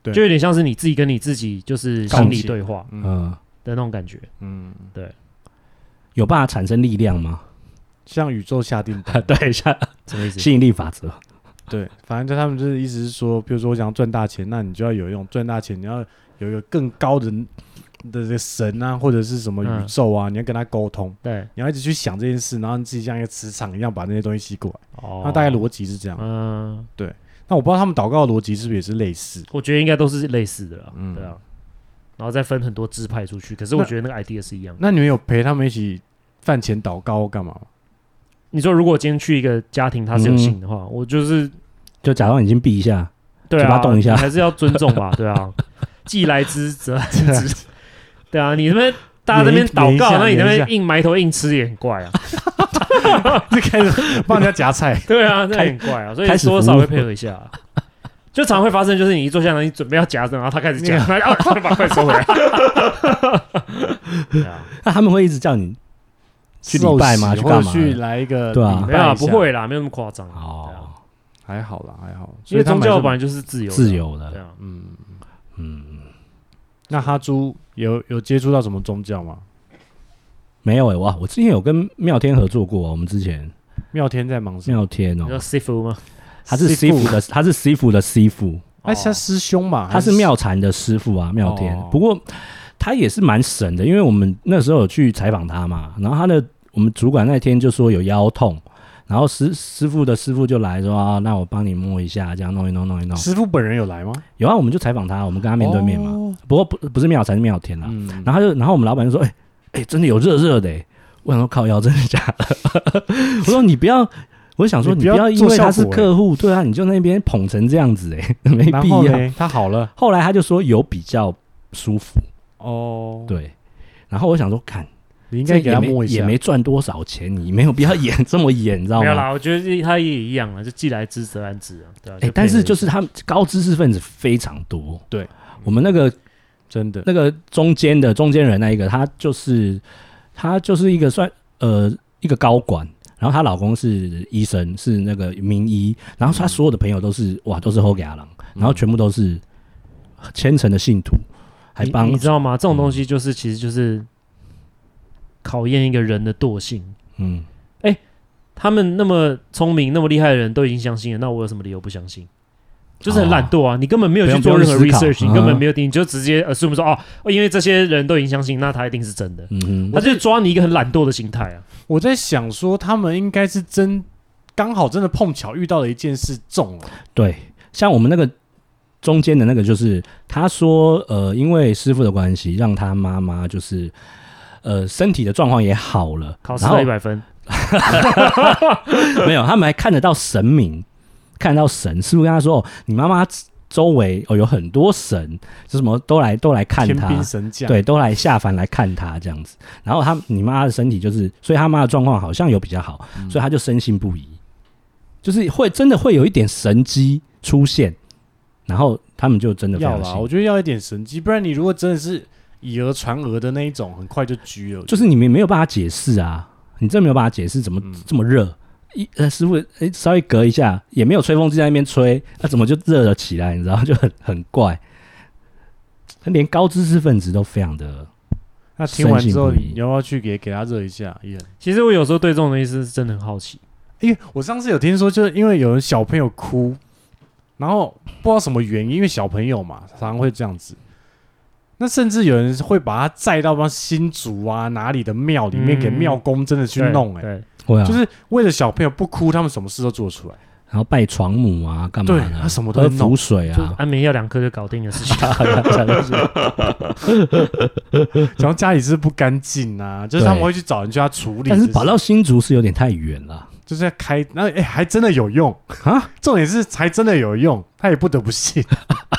A: 对
B: 就有点像是你自己跟你自己就是
A: 告
B: 心理
A: 解
B: 对话
A: 嗯
C: 嗯，
B: 的那种感觉。
A: 嗯，
C: 有办法产生力量 吗？
A: 像宇宙下订单，
C: 对，像
B: 什么意思？
C: 吸引力法则，
A: 对，反正就他们就是意思是说，比如说我想要赚大钱，那你就要有一种赚大钱，你要有一个更高的的这个神啊，或者是什么宇宙啊，你要跟他沟通，
B: 对，
A: 你要一直去想这件事，然后你自己像一个磁场一样把那些东西吸过来。
B: 哦
A: 那大概逻辑啊是这样。
B: 嗯，
A: 那我不知道他们祷告的逻辑是不是也是类似？
B: 我觉得应该都是类似的啦，
A: 嗯
B: 对啊，然后再分很多支派出去，可是我觉得那个 idea 是一样的。
A: 那你们有陪他们一起饭前祷告或干嘛吗？
B: 你说如果今天去一个家庭，他是有
A: 嗯
B: 信的话，我就是
C: 就假装已经闭一下，
B: 对
C: 嘴巴
B: 啊，
C: 动一下
B: 你还是要尊重 吧，对啊，既来之则安之，对啊，你那边大家这边祷
A: 连一
B: 告，
A: 下
B: 那你那
A: 连一下
B: 边硬埋头硬吃也很怪 啊，
A: 就开始帮人家夹菜。
B: 对啊，那也很怪啊，所以
C: 开始
B: 多少
C: 服务
B: 会配合一下啊。就常会发生，就是你一坐下来，你准备要夹着，然后他开始夹，然后他就把筷子收 回来。对啊，
C: 那他们会一直叫你去礼拜吗
A: 受洗
C: 去干嘛
A: 或者去来一个
C: 对啊
A: 礼拜
B: 没有啊，
A: 一下
B: 不，会啦，没有那么夸张。对啊，
C: 哦，
A: 还好啦，还好。
B: 因为宗教本
A: 版，
B: 来就是自由的，
C: 自由
B: 对
C: 的，
B: 啊，
A: 嗯，
C: 嗯，
A: 那哈猪有有接触到什么宗教吗？
C: 没有哎，哇，我之前有跟妙天合作过，我们之前
A: 妙天在忙什么？
C: 妙天
B: 你说
C: 哦，
B: 师傅吗？
C: 他是师傅的，他是师傅的师傅，
A: 哎，他
B: 哦
A: 师兄嘛，
C: 他是妙禅的师傅啊，妙天
A: 哦。
C: 不过他也是蛮神的，因为我们那时候有去采访他嘛，然后他的我们主管那天就说有腰痛，然后师师傅的师傅就来说啊，那我帮你摸一下，这样弄一弄弄一弄。
A: 师傅本人有来吗？
C: 有啊，我们就采访他，我们跟他面对面嘛。
A: 哦
C: 不过不不是妙禅是妙天啦，
A: 嗯，
C: 然后他就然后我们老板就说，哎、哎、真的有热热的、欸，我想说靠腰真的假的？ 我说你不要。我想说，
A: 你
C: 你
A: 不要
C: 不要因为他是
A: 做效果欸
C: 客户，对啊，你就那边捧成这样子、欸， 哎，没
A: 然
C: 必
A: 后
C: 要。
A: 呢，他好了
C: 后来他就说有比较舒服，
A: 哦，，
C: 对。然后我想说，看，
A: 你应
C: 应
A: 该给他摸一下，
C: 也没赚多少钱，你没有必要演这么演，你知道
B: 没有
C: 吗？
B: 啦，我觉得他也一样啊，就既来之则安之啊，对啊。
C: 哎，但是就是他们高知识分子非常多，
A: 对
C: 我们那个
A: 真的
C: 那个中间的中间人那一个，他就是他就是一个算呃一个高管。然后她老公是医生，是那个名医。然后她所有的朋友都是、
A: 嗯
C: 哇，都是后给阿郎，然后全部都是虔诚的信徒，还
B: 你
C: 帮嗯
B: 你知道吗？这种东西就是其实就是考验一个人的惰性。
C: 嗯
B: 他们那么聪明、那么厉害的人都已经相信了，那我有什么理由不相信？就是很懒惰啊！你根本没有去做任何
C: 哦不用不用思
B: research，
C: 考
B: 你根本
C: 嗯
B: 没有听，你就直接 assume 说哦，哦因为这些人都已经相信，那他一定是真的。
C: 嗯哼，
B: 他就抓你一个很懒惰的心态啊！
A: 我在想说，他们应该是真刚好真的碰巧遇到了一件事中了，
C: 对，像我们那个中间的那个，就是他说，呃，因为师傅的关系，让他妈妈就是呃身体的状况也好了，
B: 考试
C: 然后
B: 到一百分，
C: 没有，他们还看得到神明，看得到神。师傅跟他说，哦，你妈妈周围哦有很多神，就什么都来都来看
A: 天
C: 他，
A: 兵神将，
C: 对，都来下凡来看他这样子。然后他你妈的身体就是，所以他妈的状况好像有比较好，
A: 嗯
C: 所以他就深信不疑，就是会真的会有一点神机出现，然后他们就真的非
A: 要
C: 常
A: 啦，
C: 信
A: 我。觉得要一点神机，不然你如果真的是以讹传讹的那一种，很快就拘了。
C: 就是你们没有办法解释啊，你真的没有办法解释怎么
A: 嗯
C: 这么热。一呃，师傅，哎，稍微隔一下，也没有吹风机在那边吹，那、怎么就热了起来？你知道， 就很很怪。他连高知识分子都非常的，
A: 那听完之后，
C: 深信不疑
A: 你要不要去给给他热一下？也，
B: 其实我有时候对这种东西是真的很好奇。
A: 因为我上次有听说，就是因为有人小朋友哭，然后不知道什么原因，因为小朋友嘛，常常会这样子。那甚至有人会把他载到帮新竹啊哪里的庙里面
B: 嗯
A: 给庙公真的去
B: 对
A: 弄、欸，哎、
B: 对，
C: 会啊，
A: 就是为了小朋友不哭，他们什么事都做出来。
C: 然后拜床母啊，干嘛
A: 对
C: 的？
A: 他什么都
C: 喝
A: 会弄
C: 符水
B: 就
C: 啊，
B: 安眠药两颗就搞定的事情。
A: 然后家里是不干净啊，就是
C: 对
A: 他们会去找人去他处理。
C: 但是
A: 这
C: 跑到新竹是有点太远了
A: 就是在开，然后哎，还真的有用。
C: 啊。
A: 重点是还真的有用，他也不得不信。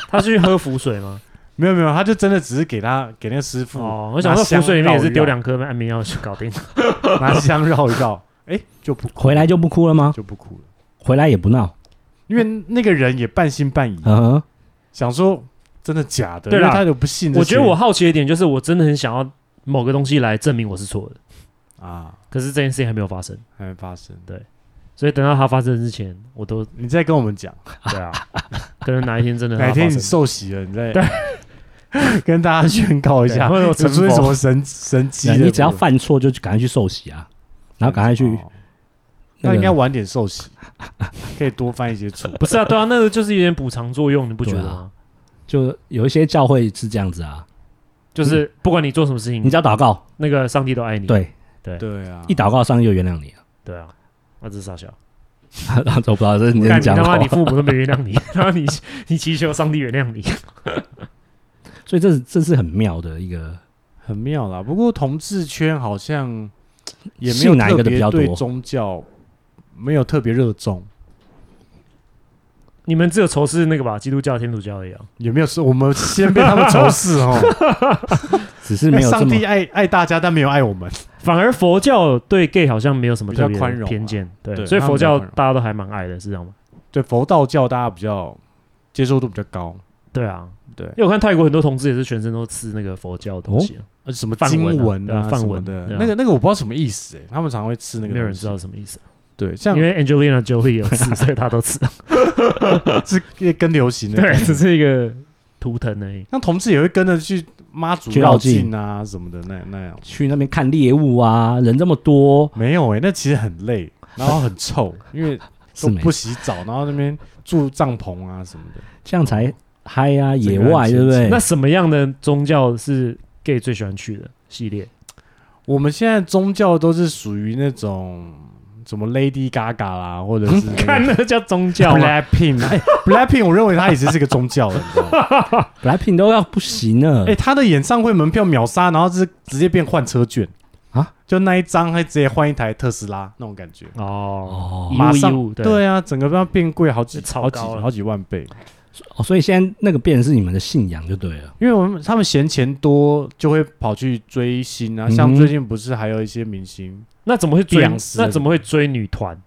B: 他是去喝符水吗？
A: 没有没有，他就真的只是给他给那个师
C: 嗯
A: 傅
B: 哦，我想说符水里面也是丢两颗安眠药就搞定。
A: 拿香绕一 绕，哎，就不
C: 回来就不哭了吗？
A: 就不哭了，
C: 回来也不闹，
A: 因为那个人也半信半疑，
C: 嗯哼，
A: 想说真的假的，
B: 对
C: 啊
A: 因
B: 啦
A: 为他就不信这些。
B: 我觉得我好奇的一点就是，我真的很想要某个东西来证明我是错的，
A: 啊，
B: 可是这件事情还没有发生，
A: 还没发生。
B: 所以等到它发生之前，我都
A: 你再跟我们讲，
B: 对啊，可能哪一天真的
C: 啊
B: 它
A: 哪天
B: 发
A: 你
B: 生
A: 受洗了，你再 跟大家宣告一
B: 对
A: 下，
B: 或者我
A: 指
B: 成
A: 出
B: 佛
A: 什么神神迹
C: 对
A: 的部分。
C: 你只要犯错就赶快去受洗啊，然后赶快去
A: 哦那
C: 那个
A: 应该晚点受洗，可以多犯一些错。
B: 不是啊，对啊，那个就是有点补偿作用，你不觉得
C: 对
A: 啊
B: 吗？
C: 就有一些教会是这样子啊，
B: 就是不管你做什么事情
A: 嗯
C: 你，只要祷告，
B: 那个上帝都爱你。
C: 对，
A: 对啊，
C: 一祷告上帝就原谅你了。
B: 对啊，那这是傻笑。
C: 然后我不知道这是你
B: 干
C: 在
B: 你
C: 讲
B: 他
C: 的话
B: 妈，你父母都没原谅你， 然后你你祈求上帝原谅你。
C: 所以这是这是很妙的一个，
A: 很妙啦。不过同志圈好像也没有
C: 信哪一
A: 特
C: 个的比
A: 别
C: 较多
A: 对宗教没有特别热衷，
B: 你们只有仇视那个吧，基督教、天主教一样。
A: 也没有说我们先被他们仇视哦。
C: 只是没有 这
A: 上
C: 么
A: 帝啊爱爱大家，但没有爱我们。
B: 反而佛教对 gay 好像没有什么特
A: 比
B: 别
A: 较宽容
B: 的
A: 啊
B: 偏见，对，
A: 对
B: 所以佛教
A: 他们比较宽容
B: 大家都还蛮爱的，是这样吗？
A: 对佛道教大家比较接受度比较高，
B: 对啊，
A: 对，
B: 因为我看泰国很多同志也是全身都刺那个佛教的东西啊，
A: 而且什么
B: 梵
A: 经
B: 文啊
A: 文
B: 对啊
A: 啊
B: 梵
A: 什么
B: 文
A: 的
B: 对，啊
A: 那个那个我不知道什么意思哎，他们常会吃那个，
B: 没有人知。道什么意思。啊
A: 对，像
B: 因为 Angelina Jolie 有 刺，所以他都刺。
A: 是也跟流行的，
B: 对，只是一个图腾而已。
A: 像同志也会跟着去妈祖
C: 去
A: 绕
C: 绕
A: 境啊什么的那那样。
C: 去那边看猎物啊，人这么多，
A: 没有哎、那其实很累，然后很 臭，因为
C: 是
A: 都
C: 没
A: 不洗澡，然后那边住帐篷啊什么的。
C: 这样才嗨啊，
A: 这个
C: 野
A: 很
C: 外对不
A: 神
C: 对？
B: 那什么样的宗教是 gay 最喜欢去的系列？
A: 我们现在宗教都是属于那种什么 Lady Gaga 啦，或者是那个
B: 看那个叫宗教吗？
A: Blackpink 啊。哎 Blackpink，我认为它也是是个宗教了，你知道 吗？
C: 本来品都要不行了
A: 哎、，他的演唱会门票秒杀，然后是直接变换车券
C: 啊，
A: 就那一张还直接换一台特斯拉那种感觉。
B: 哦
C: 哦，
B: 一
A: 马
B: 物
A: 上
B: 一物，对
A: 对啊，整个要变贵好几
B: 超
A: 好几
B: 高了
A: 好几万倍，
C: 哦，所以现在那个变成是你们的信仰就对了。
A: 因为我们他们嫌钱多，就会跑去追星啊。
C: 嗯
A: 像最近不是还有一些明星
B: 那怎么会追
A: 碧昂？斯
B: 那怎么会追女团？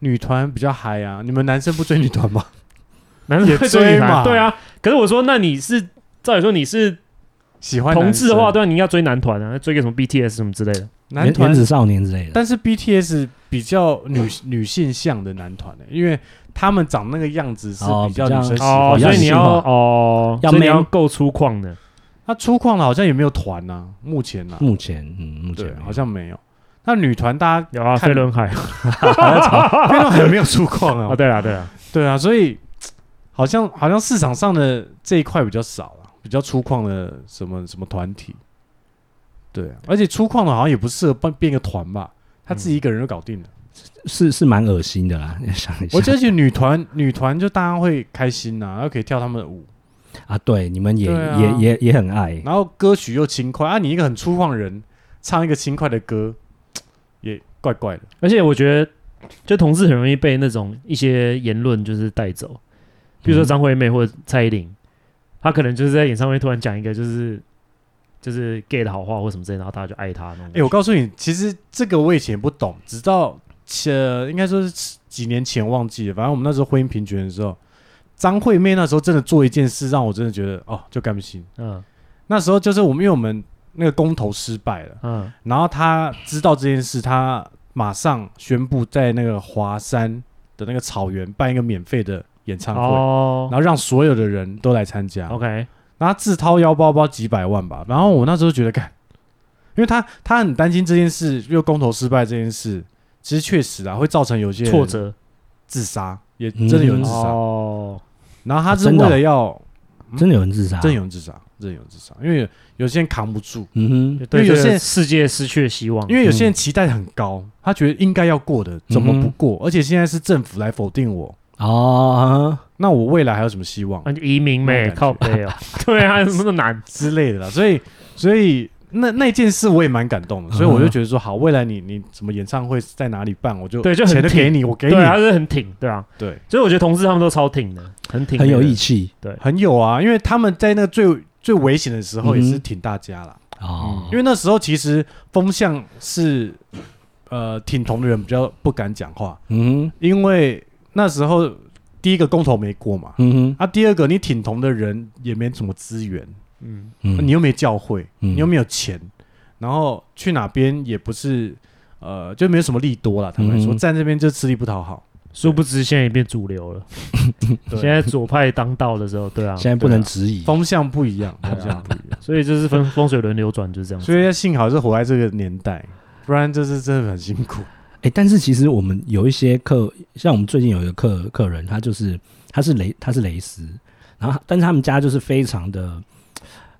A: 女团比较嗨啊，你们男生不追女团 吗？
B: 男生会
A: 也追
B: 追女
A: 嘛
B: 团？对啊。可是我说，那你是照理说你是
A: 喜欢
B: 同
A: 男
B: 志
A: 生
B: 的话，，对啊，你应该追男团啊，追个什么 BTS 什么之类的。
A: 男
C: 原原
A: 团
C: 子，少年之类的，
A: 但是 BTS 比较女女性向的男团的、欸因为他们长那个样子是
C: 哦
A: 比较
C: 比
A: 女
C: 较
A: 生喜
B: 哦
A: 欢
C: 比，较
B: 所以你
C: 喜
A: 要
B: 要
C: 欢
B: 哦，
C: 要
B: 所以你
C: man
B: 要够粗犷的。
A: 他粗犷的好像也没有团啊，目前啊，
C: 目前嗯，目前
A: 对
C: 没，有
A: 好像没有。那女团大家
B: 有啊，
A: 看
B: 飞轮 海
A: 看到很没有粗犷
B: 啊，
A: 啊，
B: 对啦对啦，
A: 对啊，所以好像好像市场上的这一块比较少了、比较粗犷的什么什么团体，对啊，而且粗犷的好像也不适合变变个团吧，他自己一个人就搞定了。
C: 是是蛮恶心的啦。 想一下，
A: 我觉得其实女团 女团就大家会开心啊呐、然后可以跳他们的舞，
C: 啊，对，你们也
A: 对啊
C: 也也也很爱，
A: 然后歌曲又轻快啊，你一个很粗犷的人唱一个轻快的歌，也怪怪的。
B: 而且我觉得，就同志很容易被那种一些言论就是带走，比
C: 嗯
B: 如说张惠妹或者蔡依林，她可能就是在演唱会突然讲一个就是就是 gay 的好话或什么之类的，然后大家就爱她那种感
A: 哎、
B: 觉。
A: 我告诉你，其实这个我以前也不懂，直到呃，应该说是几年前忘记了。反正我们那时候婚姻平权的时候，张惠妹那时候真的做一件事，让我真的觉得哦，就甘心。
B: 嗯
A: 那时候就是我们因为我们那个公投失败了，
B: 嗯
A: 然后她知道这件事，她马上宣布在那个华山的那个草原办一个免费的演唱会，
B: 哦
A: 然后让所有的人都来参加。
B: ，OK，
A: 然后他自掏腰包包几百万吧。然后我那时候觉得，干，因为他他很担心这件事，又公投失败这件事，其实确实啊会造成有些人
B: 挫折嗯
A: 自杀，也真的有人自杀。
B: 哦，
A: 然后他是
C: 真
A: 为
B: 啊
C: 的哦
A: 了要
C: 真的有人自杀，
A: 真有人自杀，任由自杀，因为有有些人扛不住，
C: 嗯
B: 就
C: 哼，
B: 对
A: 因为有
B: 这
A: 些
B: 个世界失去了希望，
A: 因为有些人期待很高，他觉得应该要过的，怎
B: 嗯
A: 么不过？而且现在是政府来否定我，
C: 哦，
A: 那我未来还有什么希望
B: 啊移
A: 那
B: 民呗，
A: 种
B: 靠背哦， 对啊，有什么都难，
A: 之类的啦？所以，所以那那件事我也蛮感动
B: 嗯
A: 的，所以我就觉得说，好，未来你你什么演唱会在哪里办，我就
B: 对就很
A: 钱都给你，我给你
B: 对，啊，他是很挺，对啊，
A: 对，
B: 所以我觉得同事他们都超挺的，很挺，
C: 很有义，气
A: 很有啊，因为他们在那个最最危险的时
B: 嗯
A: 候也是挺大家啦，
C: 哦
A: 因为那时候其实风向是呃挺同的人比较不敢讲话，
C: 嗯哼
A: 因为那时候第一个公投没过嘛，
C: 嗯
A: 啊，第二个你挺同的人也没什么资源，
B: 嗯，
C: 哼，
A: 啊你又没教会，
C: 嗯
A: 你又没有钱，然后去哪边也不是，呃，就没有什么利多啦。他们说
C: 嗯
A: 站这边就吃力不讨好，
B: 殊不知现在也变主流了，现
A: 对，
B: 在左派当道的时候，对啊，
C: 现在不能质疑，
A: 风向不一样，风
B: 对啊
A: 向不一样，
B: 所以就是风风水轮流转就是这样子，
A: 所以幸好是活在这个年代，不然这是真的很辛苦。
C: 哎、但是其实我们有一些客，像我们最近有一个客客人，他就是他是雷他是蕾丝，然后但是他们家就是非常的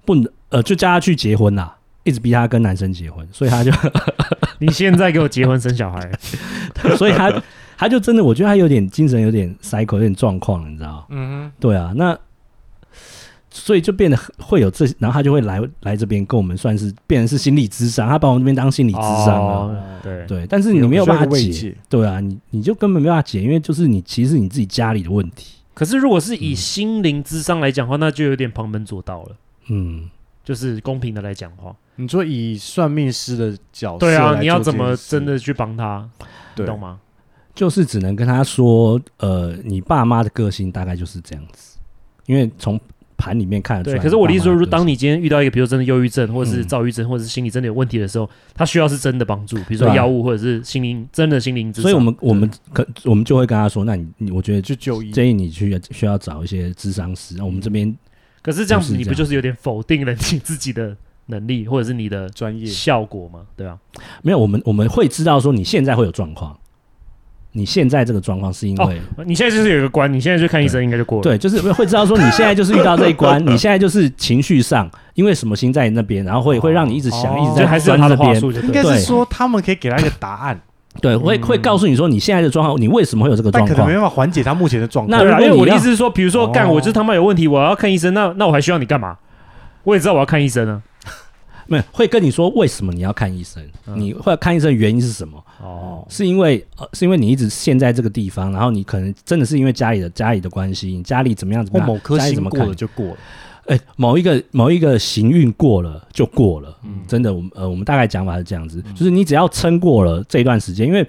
C: 不能呃，就叫他去结婚啦，一直逼他跟男生结婚，所以他就
B: 你现在给我结婚生小孩，
C: 所以他他就真的，我觉得他有点精神有点 cycle 有点状况，你知道？
A: 嗯
C: 对啊，那所以就变得很会有这，然后他就会来来这边跟我们算是变成是心理智商，他把我们这边当心理智商了、
B: 哦
A: 呃
B: 对，
C: 对，但是你没有办法解，
A: 解，
C: 对啊，你你就根本没办法解，因为就是你其实你自己家里的问题，
B: 可是如果是以心灵智商来讲的话，那就有点旁门左道了。
C: 嗯，
B: 就是公平的来讲的话，
C: 哦
A: 你说以算命师的角色，
B: 对啊，你要怎么真？的去帮他，
A: 对，
B: 懂吗？
C: 就是只能跟他说，呃，你爸妈的个性大概就是这样子，因为从盘里面看得出
B: 对，
C: 来。
B: 可是我的意思说，如果当
C: 你
B: 你今天遇到一个，比如说真的忧郁症，或者是
C: 嗯
B: 躁郁症，或者是心理真的有问题的时候，他需要是真的帮助，比如说
C: 对啊
B: 药物或者是心灵真的心灵智
C: 爸妈的个性，
B: 商。
C: 所以我们我们可我们就会跟他说，那你你我觉得
A: 去就医，
C: 建议你去需要找一些智商师，那我们这边
B: 可是这样
C: 就
B: 子，
C: 是这样
B: 你不就是有点否定了你自己的能力，或者是你的
A: 专业
B: 效果吗？对啊，
C: 没有，我们我们会知道说你现在会有状况，你现在这个状况是
B: 哦
C: 因为、
B: 你现在就是有一个关，你现在去看医生应该就过了。
C: 对，就是会知道说你现在就是遇到这 一关，你现在就是情绪上因为什么心在你那边，然后会会让你一直想，
A: 哦
C: 一直
B: 就
C: 在
B: 还是有
C: 钻
B: 他
C: 这
B: 的话
C: 边，
B: 术，就
A: 应
B: 对
A: 该
B: 了。
A: 是
C: 对
A: 说他们可以给他一个答案，
C: 对，会会告诉你说你现在的状况，你为什么会有这个
A: 嗯但
C: 状
A: 可能
C: 况
A: 没。办法缓解他目前的状况。
C: 那
B: 对啊，因为我
C: 如果你
B: 的
C: 要
B: 意思是说，比如说，
A: 哦
B: 干，我就是他妈有问题，我要看医生，那那我还需要你干嘛？我也知道我要看医生啊。
C: 没有，会跟你说为什么你要看医生，
B: 嗯
C: 你会看医生的原因是什么？
B: 哦，
C: 是因为呃，是因为你一直陷在这个地方，然后你可能真的是因为家里的家里的关系，你家里怎么样怎
A: 或
C: 么样，
A: 某颗
C: 家里怎
A: 星
C: 么
A: 过
C: 看
A: 了就过了，
C: 哎、某一个某一个行运过了就过了，真的，我们呃，我们大概讲法是这样子，就是你只要撑过了这一段时间，因为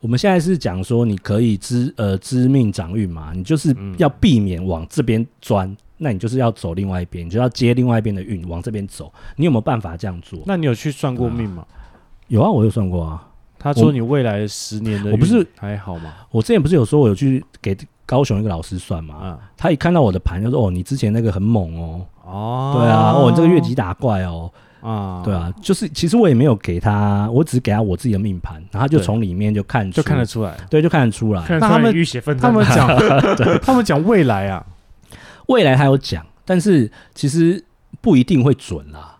C: 我们现在是讲说你可以知呃知命掌运嘛，你就是要避免往这边钻，那你就是要走另外一边，你就要接另外一边的运往这边走，你有没有办法这样做？
A: 那你有去算过命吗？
C: 有啊，我有算过啊，
A: 他说你未来十年的
C: 我不是
A: 运还好吗？
C: 我之前不是有说我有去给高雄一个老师算嘛，
A: 啊，
C: 他一看到我的盘就说哦，你之前那个很猛哦，
A: 哦，
C: 对啊，哦，你这个越级打怪哦。
A: 啊，
C: 对，啊，就是其实我也没有给他，我只给他我自己的命盘，然后他就
A: 对
C: 从里面就看出
A: 就看得，出来。
C: 对，就看得出来。
B: 看
A: 那他
B: 得出来
A: 们
B: 你浴血奋
A: 他
B: 战。
A: 们 讲，他们讲未来啊，
C: 未来他有讲，但是其实不一定会准啦，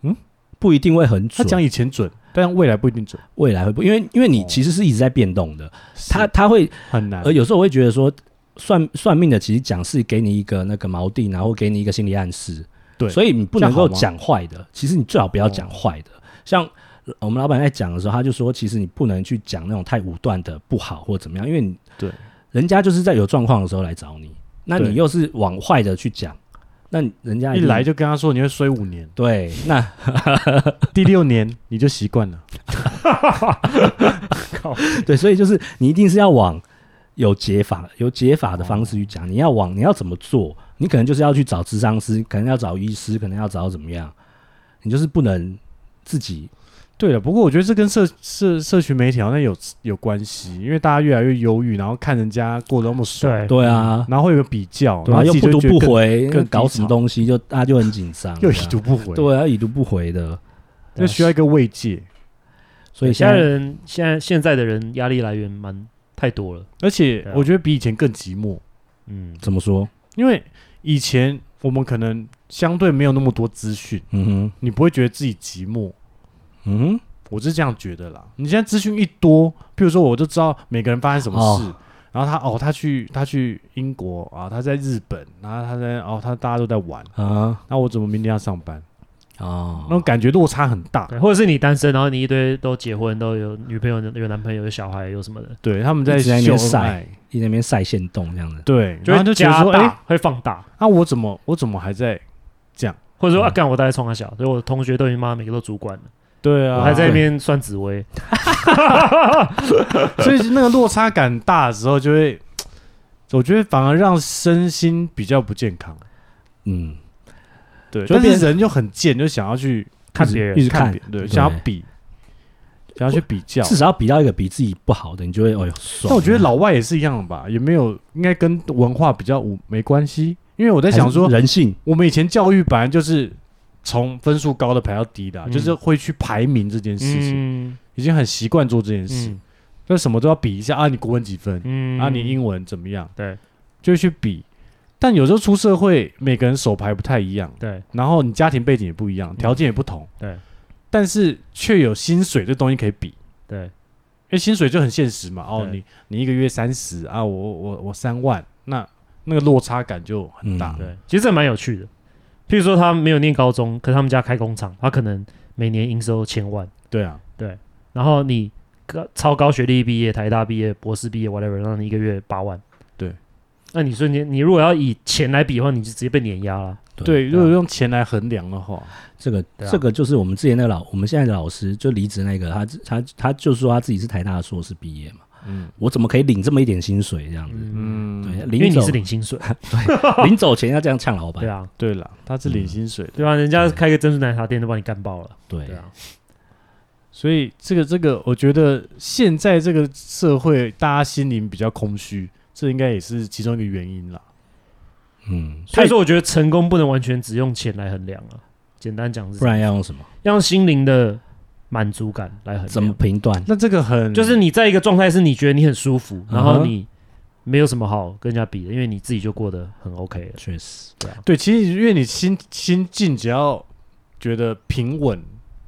A: 嗯，
C: 不一定会很
A: 他
C: 准。
A: 讲以前准，但未来不一定准。
C: 未来会不，因为因为你
A: 哦
C: 其实是一直在变动的，他
A: 是
C: 他会
A: 很难
C: 呃，有时候我会觉得说。算算命的其实讲是给你一个那个锚定，然后给你一个心理暗示，
A: 对
C: 所以你不能
A: 这样
C: 够
A: 好吗哦
C: 讲坏的。其实你最好不要讲坏的。像呃我们老板在讲的时候，他就说，其实你不能去讲那种太武断的不好或怎么样，因为你
A: 对
C: 人家就是在有状况的时候来找你，那
A: 对
C: 你又是往坏的去讲，那人家
A: 一
C: 定
A: 来就跟他说你会衰五年，
C: 对，那
A: 第六年你就习惯了。
C: 对，所以就是你一定是要往有解法、有解法
A: 哦
C: 的方式去讲。你要往你要怎么做？你可能就是要去找智商师，可能要找医师，可能要找怎么样？你就是不能自己
A: 对了，不过我觉得这跟社社社群媒体好像有有关系，因为大家越来越忧郁，然后看人家过得那么爽，
B: 对
C: 对啊，
A: 然后会有个比较，
C: 对
A: 然后
C: 啊，又
A: 嗯自己就
C: 不读
A: 觉得
C: 不
A: 更，
C: 回，
A: 更
C: 搞
A: 低
C: 什么
A: 潮
C: 东西就大家就很紧张，
A: 又
C: 对啊
A: 已读不回，
C: 对啊，已读不回的，
A: 就需要一个慰藉。
C: 所以
B: 现
C: 现
B: 在
C: 在
B: 人现在现在的人压力来源蛮太多了。
A: 而且
B: 对啊
A: 我觉得比以前更寂寞，
B: 嗯，
C: 怎么说？
A: 因为以前我们可能相对没有那么多资讯，
C: 嗯哼，
A: 你不会觉得自己寂寞。
C: 嗯哼，
A: 我是这样觉得啦。你现在资讯一多，譬如说我就知道每个人发生什么事，然后他哦，他去他去英国啊，他在日本，然后他在哦，他大家都在玩，
C: 啊
A: 那我怎么明天要上班？
C: 哦
A: 那种感觉落差很大。
B: 对，或者是你单身，然后你一堆都结婚，都有女朋友、有男朋友、有小孩、有什么的，
A: 对，他们在
C: 一直在那
A: 秀
C: 边
A: 恩
C: 晒
A: 爱，
C: 一直在那边晒线动这样子，
A: 对，
B: 就
A: 然后就
B: 会
A: 觉得
B: 加
A: 说，哎、
B: 大，会放大，
A: 啊，我怎么我怎么还在这样？
B: 或者说啊，干我大概冲他小，所以我同学都已经妈每个都主管了，
A: 对啊，
B: 我还在那边算紫薇，
A: 对，所以那个落差感大的时候，就会，我觉得反而让身心比较不健康。
C: 嗯，
A: 对，
C: 就
A: 但
C: 变
A: 是人就很贱，就想要去
B: 看别人
C: 一直看
A: 别人对，
C: 对
A: 想要比，想要去比较。
C: 至少要比到一个比自己不好的，你就会哎呦
A: 啊
C: 爽。
A: 但我觉得老外也是一样的吧，也没有应该跟文化比较无没关系，因为我在
C: 还是
A: 想说，
C: 人性，
A: 我们以前教育本来就是从分数高的排到低的啊、
B: 嗯
A: 就是会去排名这件事情，
B: 嗯
A: 已经很习惯做这件事，
B: 嗯
A: 就什么都要比一下啊，你国文几分，
B: 嗯
A: 啊，你英文怎么样，
B: 对
A: 就会去比。但有时候出社会，每个人手牌不太一样，
B: 对
A: 然后你家庭背景也不一样，条件也不同，
B: 对
A: 但是却有薪水这东西可以比，因
B: 对，
A: 为薪水就很现实嘛。哦，
B: 对
A: 你你一个月三十啊，我我我三万，那那个落差感就很大。
B: 对，其实这蛮有趣的。譬如说他没有念高中，可是他们家开工厂，他可能每年营收千万。
A: 对啊，
B: 然后你高超高学历毕业，台大毕业、博士毕业，whatever，然后你一个月八万，
A: 对，
B: 那你瞬间，你如果要以钱来比的话，你就直接被碾压了。
A: 对，
B: 对啊
A: 如果用钱来衡量的话，
C: 这个、
B: 对啊
C: 这个就是我们之前那个老，我们现在的老师就离职那个，他他他就说他自己是台大的硕士毕业嘛，
A: 嗯
C: 我怎么可以领这么一点薪水这样子？
A: 嗯，
B: 嗯，
C: 对，
B: 因为
C: 临
B: 你
C: 走
B: 是领薪 水，
C: 临走前要这样呛老板
B: 对，啊，
A: 对了，他是领薪水的，
B: 对啊，人家开个珍珠奶茶店都把你干爆了，
C: 对
B: 对啊，
A: 所以这个这个，我觉得现在这个社会大家心灵比较空虚，这应该也是其中一个原因啦。
C: 嗯，
B: 所以
C: 太
B: 说我觉得成功不能完全只用钱来衡量啊，简单讲是
C: 不
B: 这样，
C: 然要用什么？
B: 要用心灵的满足感来衡
C: 怎么
B: 量，
C: 评断？
A: 那这个很
B: 就是你在一个状态是你觉得你很舒服，然
C: 嗯
B: 后
C: 哼
B: 你没有什么好跟人家比的，因为你自己就过得很 OK 了。
C: 确实，
A: 对，其实因为你心心境只要觉得平稳、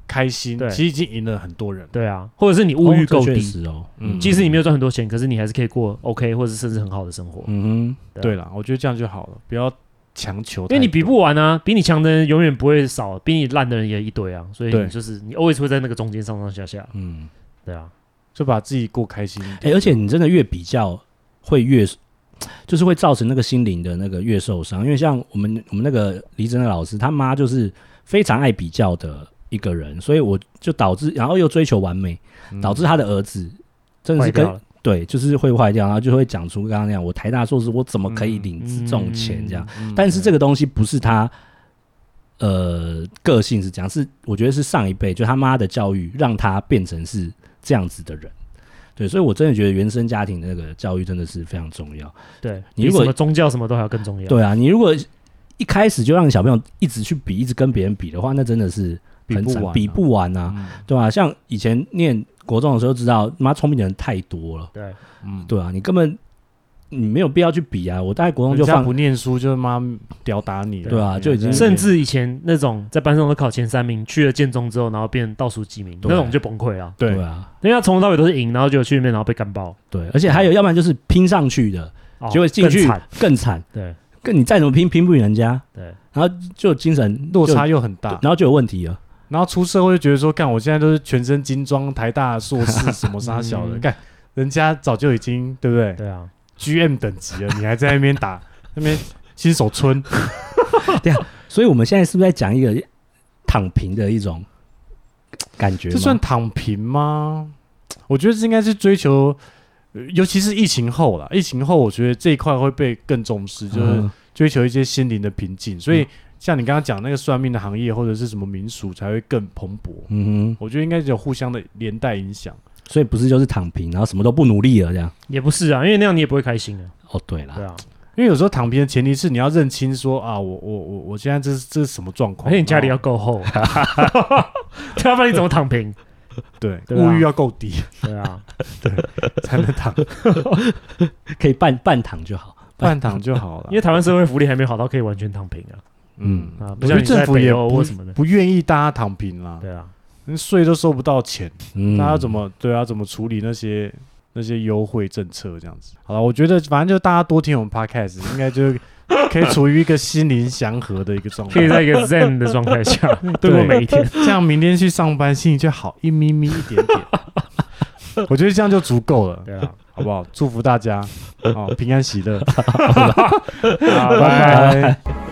A: 开心，
B: 对
A: 其实已经赢了很多人。
B: 对啊，或者是你物欲
C: 哦这
B: 够
C: 确
B: 低，
C: 实哦，
A: 嗯
C: 嗯，
B: 即使你没有赚很多钱，可是你还是可以过 OK 或者甚至很好的生活，
C: 嗯
B: 对啊
A: 对了，我觉得这样就好了，不要强求太多，
B: 因为你比不完啊，比你强的人永远不会少，比你烂的人也一堆啊，所以
A: 对
B: 你就是你 always 会在那个中间上上下下
C: 哼，，嗯，
B: 对啊，
A: 就把自己过开心一
C: 哎、
A: 点。
C: 而且你真的越比较，会越就是会造成那个心灵的那个越受伤，因为像我们我们那个黎真的老师，他妈就是非常爱比较的一个人，所以我就导致，然后又追求完美，
A: 嗯
C: 导致他的儿子真的
B: 坏
C: 是跟
B: 掉了，
C: 对，就是会坏掉，然后就会讲出刚刚那样，我台大硕士，我怎么可以领这种钱这样？
A: 嗯
C: 但是这个东西不是他，呃，个性是这样，是我觉得是上一辈就他妈的教育让他变成是这样子的人。对，所以我真的觉得原生家庭的那个教育真的是非常重要。
B: 对
C: 你
B: 比
C: 如果
B: 什么宗教什么都还要更重要，
C: 对啊，你如果一开始就让小朋友一直去比，一直跟别人比的话，那真的是
A: 比
C: 很
A: 不
C: 惨
A: 完啊，
C: 比不完啊，
A: 嗯
C: 对啊，像以前念国中的时候，知道妈聪明的人太多了，
B: 对，
A: 嗯，
C: 对啊，你根本你没有必要去比啊。我大概国中就
A: 人家
C: 放
A: 不念书就妈吊打你了，
C: 对啊就已经
B: 甚至以前那种在班上都考前三名，去了建中之后，然后变倒数几名，
C: 对
B: 那种就崩溃了，
C: 对
A: 对
C: 啊，
B: 因为他从头到尾都是赢，然后就去那边然后被干爆，
C: 对，而且还有，要不然就是拼上去的，
B: 哦
C: 结果进
B: 更
C: 去
B: 惨
C: 更惨，
B: 对
C: 跟你再怎么拼拼不赢人家，
B: 对，
C: 然后就精神
A: 落
C: 就
A: 差，又很大
C: 然。后就有问题了。
A: 然后出社会就觉得说，干，我现在都是全身精装，台大硕士什么啥小 的，
B: 嗯
A: 干，人家早就已经对不对
B: 对啊，
A: ？GM 等级了，你还在那边打那边新手村，
C: 所以我们现在是不是在讲一个躺平的一种感觉吗？
A: 这算躺平吗？我觉得这应该是追求，呃尤其是疫情后啦，疫情后我觉得这一块会被更重视，就是
C: 嗯
A: 追求一些心灵的平静。所
B: 嗯
A: 以像你刚刚讲那个算命的行业或者是什么民俗才会更蓬勃。
C: 嗯哼，
A: 我觉得应该有互相的连带影响。
C: 所以不是就是躺平，然后什么都不努力了这样。
B: 也不是啊，因为那样你也不会开心啊，
C: 哦，对
B: 对
C: 啦，
B: 啊，
A: 因为有时候躺平的前提是你要认清说啊，我我我我现在这是这是什么状况？
B: 而且你家里要
C: 啊
A: 然后
B: 够厚， 对啊，不然你怎么躺平？
A: 对
B: 对啊
A: 物欲要够低
B: 对啊，
A: 才能 躺，
C: 可以半半躺就好。
A: 半躺就好了
B: 因。为台湾社会福利还没有好到可以完全躺平啊。
C: 嗯，
B: 啊，不
A: 我觉
B: 像
A: 得
B: 你在
A: 政府
B: 北
A: 也
B: 欧
A: 不
B: 或什么的。
A: 不愿意大家躺平啦，
B: 对啊，
A: 连税都收不到钱，
C: 嗯
A: 大家怎么对啊？怎么处理那些那些优惠政策这样子？好了，我觉得反正就大家多听我们 podcast，应该就可以处于一个心灵祥和的一个状
B: 可以
A: 态。
B: 在一个 Zen 的状态下度
A: 对
B: 过每一天。
A: 这样明天去上班心情就好一咪咪一点 点。我觉得这样就足够了，
B: 对啊，
A: 好不 好？祝福大家，哦，平安喜乐，
B: 好，
A: 拜
B: 拜拜。
A: 拜。